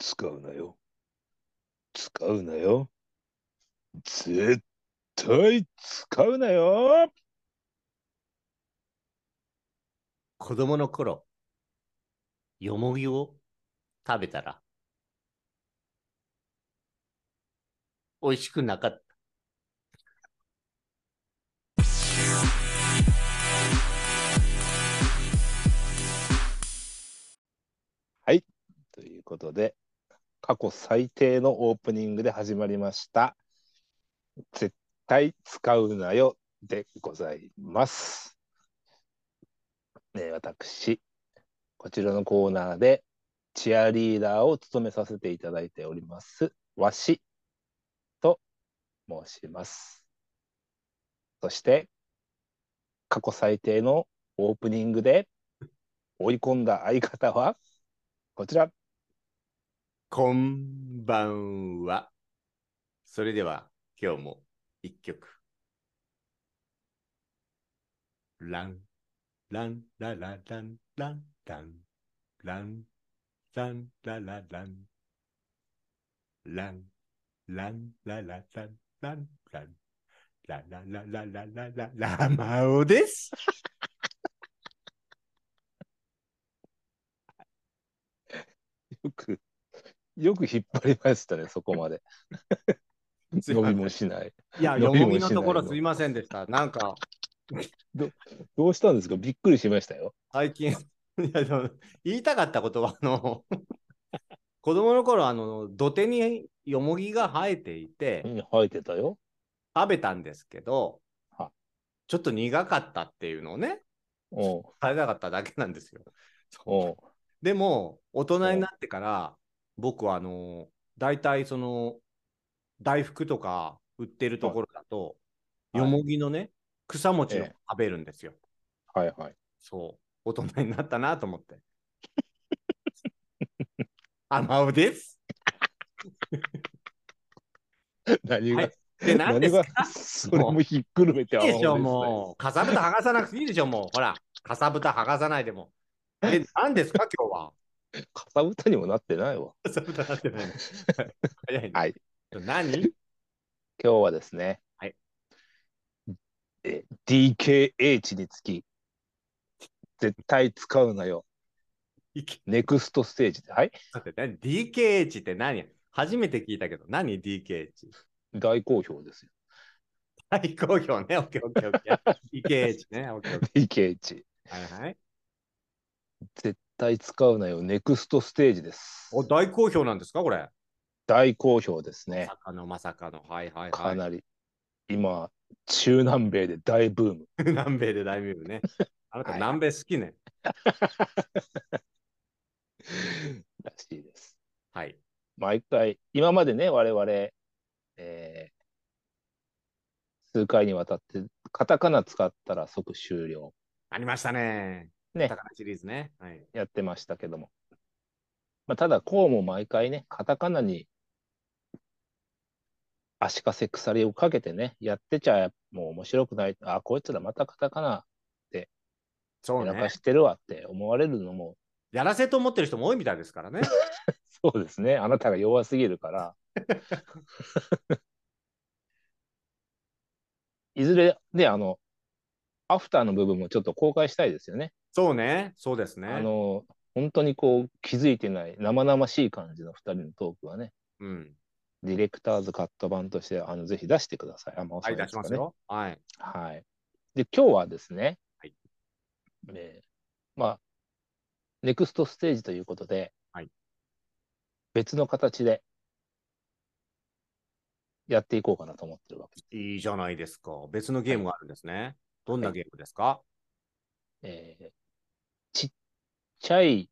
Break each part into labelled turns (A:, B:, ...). A: 使うなよ。使うなよ。絶対使うなよ。
B: 子供の頃、よもぎを食べたら、美味しくなかった。
A: ということで、過去最低のオープニングで始まりました。絶対使うなよでございます。ね、私、こちらのコーナーでチアリーダーを務めさせていただいております、わしと申します。そして、過去最低のオープニングで追い込んだ相方は、こちら、
B: こんばんは。それでは、今日も一曲。ラン、ラン、ラララン、ラン、ラン、ラン、ラン、ラララン、ラン、ラン、ラララン、ラン、ラン、ラララララララララマオです。
A: よく、よく引っ張りましたね、そこ まで。
B: すい
A: 伸
B: ませ
A: び
B: ん
A: もしない。
B: いや、
A: 伸
B: よ
A: び
B: も
A: もしないの
B: ぎのところすいませんでした。なんか、
A: どうしたんですかびっくりしましたよ。
B: 最近、 いやでも言いたかったことは、あの、 子供の頃、あの、土手によもぎが生えていて
A: う、ん生えてたよ。
B: 食べたんですけど
A: は、
B: ちょっと苦かったって いうのをね、
A: うん。
B: 食べなかっただけなんですよ。
A: うん。
B: でも、大人になってから、僕は、あの、大体、その、大福とか売ってるところだと、
A: はい
B: よもぎのね、草餅を
A: え
B: 食べるんですよ。
A: はいはい。
B: そう、大人になったなと思って。あまおです。
A: 何が、
B: はいで、何で
A: 何
B: す
A: が
B: か、
A: それもひっくるめて
B: いいでしょ、
A: 青
B: もう。かさぶた剥がさなくていいでしょ、もう。ほら、かさぶた剥がさないで も。え、何ですか、今日は。
A: ですね。かさぶたにもなってないわ。
B: かさぶた剥がしてないの。 早いね
A: はい。
B: 何
A: 今日はですね。
B: はい。
A: え、DKH につき、絶対使うなよ。
B: いき
A: ネクストステージで。はい。
B: 待って何 ?DKH って何初めて聞いたけど、何 DKH?
A: 大好評ですよ。
B: 大好評ね。オッケーオッケーオッケー。DKH ね。オッケーオッケ
A: DKH。
B: ー。はいはい。
A: 絶対使うなよ。ネクストステージです。
B: お、大好評なんですか、これ。
A: 大好評です
B: ま
A: ね。
B: さかのまさかの。はいはいは
A: か
B: い。
A: なり。今、中南米で大ブーム。
B: 南米で大ブー ムね。あなた
A: はい
B: 南米好きね。
A: らしいです。
B: はい。
A: 毎回、今までね、我々、えー数回にわたって、カタカナ使ったら即終了
B: ありましたね。
A: ね
B: 高菜シリーズね。はい。
A: やってましたけども。まあ、ただ、こうも毎回ね、カタカナに足かせ鎖をかけてね、やってちゃもう面白くない。あ、こいつらまたカタカナ
B: そう
A: やら
B: ね
A: か。してるわって思われるのも
B: やらせと思ってる人も多いみたいで すからね。
A: そうですね。あなたが弱すぎる から。いずれ、ね、あの、アフターの部分もちょっと公開したいですよね。
B: そうね。そうですね。
A: あの、本当にこう、気づいてない、生々しい感じの2人のトークはね、
B: うん。
A: ディレクターズカット版として、あの、ぜひ出してください。あまお
B: は
A: さん
B: い、
A: のや
B: 出
A: つ
B: しま
A: が
B: す
A: ね。
B: よ。はい。
A: はい。で、今日はですね、
B: はい
A: えーまあ、ネクストステージということで、
B: はい
A: 別の形でやっていこうかなと思ってるわけ。
B: いいじゃないですか。別のゲームがあるんですね。どんなゲームですか
A: えーちっちゃい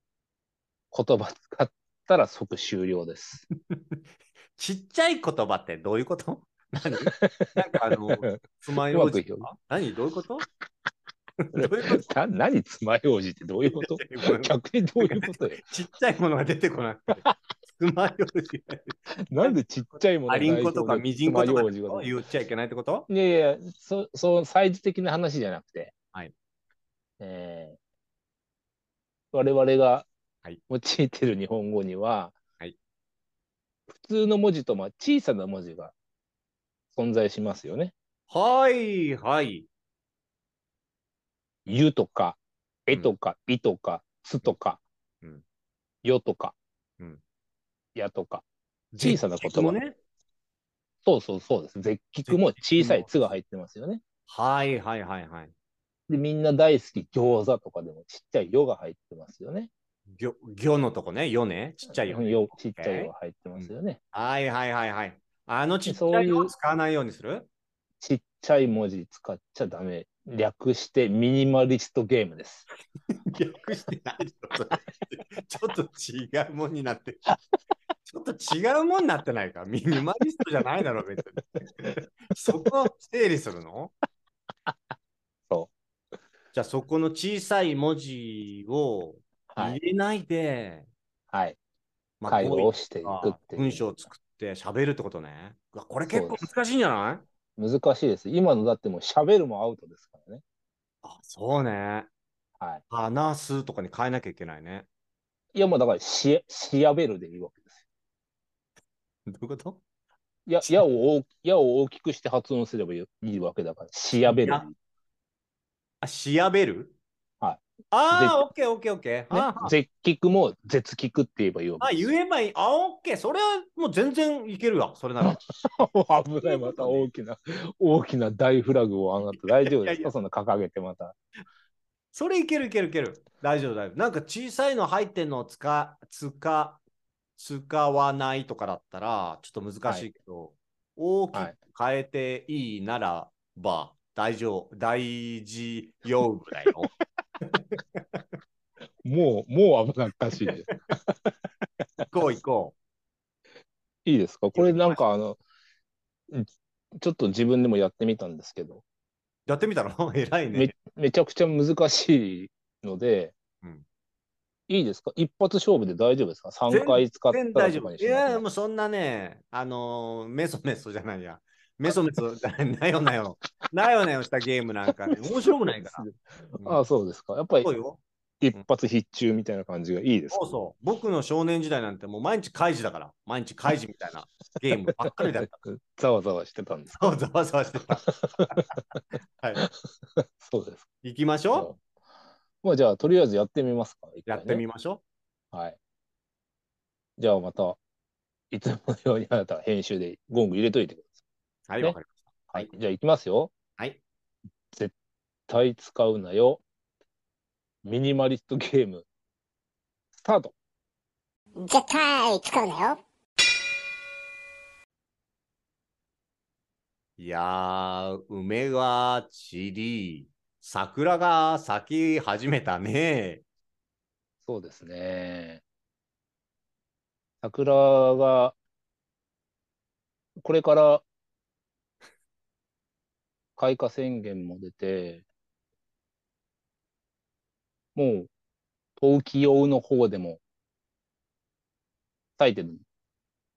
A: 言葉使ったら即終了です。
B: ちっちゃい言葉ってどういうこと 何なんかあの、つまようじと
A: う
B: か何どういうこと どういうこと
A: な何爪楊枝ってどういうこと 逆にどういうことよ
B: ちっちゃいものが出てこ なくて。つまようじが
A: なんでちっちゃいもの
B: アリンコと
A: 代表
B: か
A: で
B: ミジンコとか
A: 爪楊枝が出てくる
B: 言っちゃいけないってこと
A: いやいや、そ、そう、サイズ的な話じゃなくて、
B: はい
A: えー我々が
B: はい
A: 用いてる日本語には、
B: はい
A: 通の文字とまあ小さな文字が存在しますよね。
B: はい、はい。
A: 湯とか、
B: ん
A: 絵とか、いとか、つとか
B: うん、
A: よとか
B: うん、
A: やとか。小さな言葉
B: もね。
A: そうそうそうです。絶菊も小さいつが入ってますよね。
B: はい、はい、はい、はい。
A: で、みんな大好き餃子とかでもちっちゃいよが入ってますよね。
B: ぎょ、ぎょのとこね、よね。ちっちゃいよ。
A: うんよちっちゃいよが入ってますよね。
B: はい、はい、はい、はい。あのちっち
A: そ
B: ゃ
A: う
B: い
A: い
B: の
A: う
B: を使わないようにする
A: ちっちゃい文字使っちゃダメ。略してミニマリストゲームです。
B: 略してないぞそれちょっと違うもんになってる。ちょっと違うもんになってないか。ミニマリストじゃないだろ、別に。そこを整理するの。
A: そう
B: じゃあそこの小さい文字を
A: は
B: 入
A: い。
B: れないで、
A: はい。
B: ま
A: 会話
B: こ
A: を
B: うい
A: していく
B: う
A: っていう
B: 文。章を作って喋るってことね。うわこれ結構難しいんじゃない
A: 難しいです。今のだってもう喋るもアウトですからね。
B: あ、そうね。
A: はい。
B: 話すとかに変えなきゃいけないね。
A: いやもうだからし、しやべるでいいわけです
B: どういうこと
A: よ。や、やを大き、やを大きくして発音すればいいいいわけだから、しやべる。
B: やあ、調べる。
A: はい
B: あ
A: 絶
B: あ、オッケーオッケーオッケー。
A: ね
B: はあはあ、
A: 絶菊も絶菊って言えばいいわ
B: あ
A: けです。
B: 言えばいい。あ、オッケー。それはもう全然いけるわ。それなら。
A: 危ない、また大きな、大きな大フラグをあなた大丈夫ですか
B: いやいや
A: そんな掲げてまた。
B: それいけるいけるいける。大丈夫大丈夫。なんか小さいの入ってんのを使、使、使わないとかだったら、ちょっと難しいけど、大きく変えていいならば、大丈夫、大事よぐら いの。
A: もう、もう危なっか しいです。
B: 行こう行こ
A: いいですかこれなんかあの、んちょっと自分でもやってみたんですけど、
B: う。やってみたの 偉いね。
A: めちゃくちゃ難しいので、
B: うん
A: いいですか一発勝負で大丈夫ですか ?3 回使っ
B: 全然
A: たら
B: 大丈
A: とかに
B: 夫。い
A: しなく
B: や、
A: て
B: もうそんなね、あのーメソメソじゃないや。メソメ ソ、なよなよ。なよなよしたゲームなんかね、面白くないから。うん
A: ああ、そうですか。やっぱり
B: そうよ。
A: 一発必中みたいな感じがいいです
B: そ
A: か、
B: うそう。僕の少年時代なんてもう毎日開示だから。毎日開示みたい なゲームばっかりだった。
A: ざわざわしてたんですか
B: そう、ざわざわして た。は
A: そうですか。
B: い。行きましょ
A: まあじゃあ、とりあえずやってみますか。一
B: う。や
A: 回
B: ってみ
A: ね
B: ましょ
A: はい。じゃあまた、いつものようにあなたは編集でゴング入れといてくださ
B: う。はい、
A: ね
B: わかりまし
A: い。はい。じゃあ行きますよ。
B: た。はい。
A: 絶対使うなよ。ミニマリストゲーム、スタート
C: 絶対使うなよ
B: いやー、梅が散り、桜が咲き始めたね。
A: そうですね。桜が、これから、開花宣言も出て、もう、冬季用の方でも、咲いてるん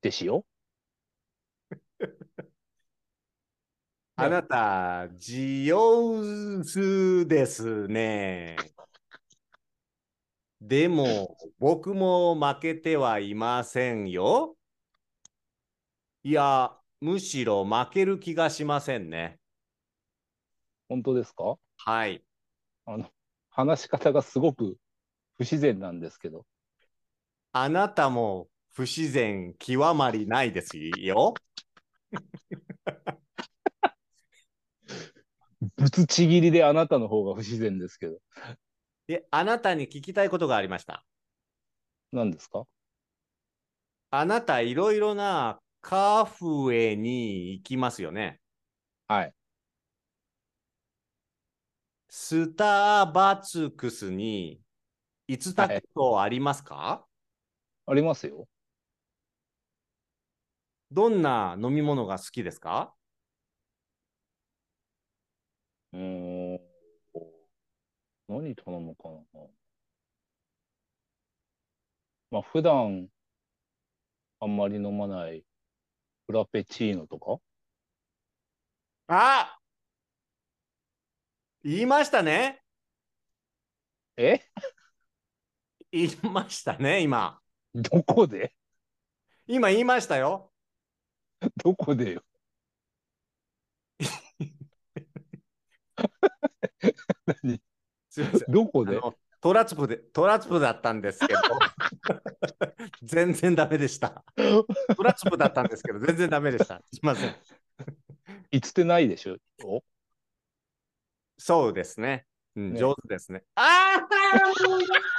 A: ですよ。
B: あなた、ジオウスですね。でも、僕も負けてはいませんよ。いや、むしろ負ける気がしませんね。
A: 本当ですか
B: はい。
A: あの、話し方がすごく不自然なんですけど。
B: あなたも不自然極まりないですよ。
A: ぶつちぎりであなたの方が不自然ですけど。
B: で、あなたに聞きたいことがありました。
A: 何ですか
B: あなた、いろいろなカフェに行きますよね。
A: はい。
B: スターバツクスに5つ行とありますか、
A: ありますよ。
B: どんな飲み物が好きですか
A: うーん。何頼むかな。まあ、普段、あんまり飲まない、フラペチーノとか
B: あ言いましたね
A: え
B: 言いましたね、今。
A: どこで
B: 今言いましたよ。
A: どこでよ。何
B: すいません。
A: どこ
B: あ
A: で
B: のトラツプで、トラツプだったんですけ ど、全然ダメで した。トラツプだったんですけど、全然ダメでした。すいません。
A: いつてないでしょお
B: そうですね。うん、
A: ね
B: 上手ですね。ああ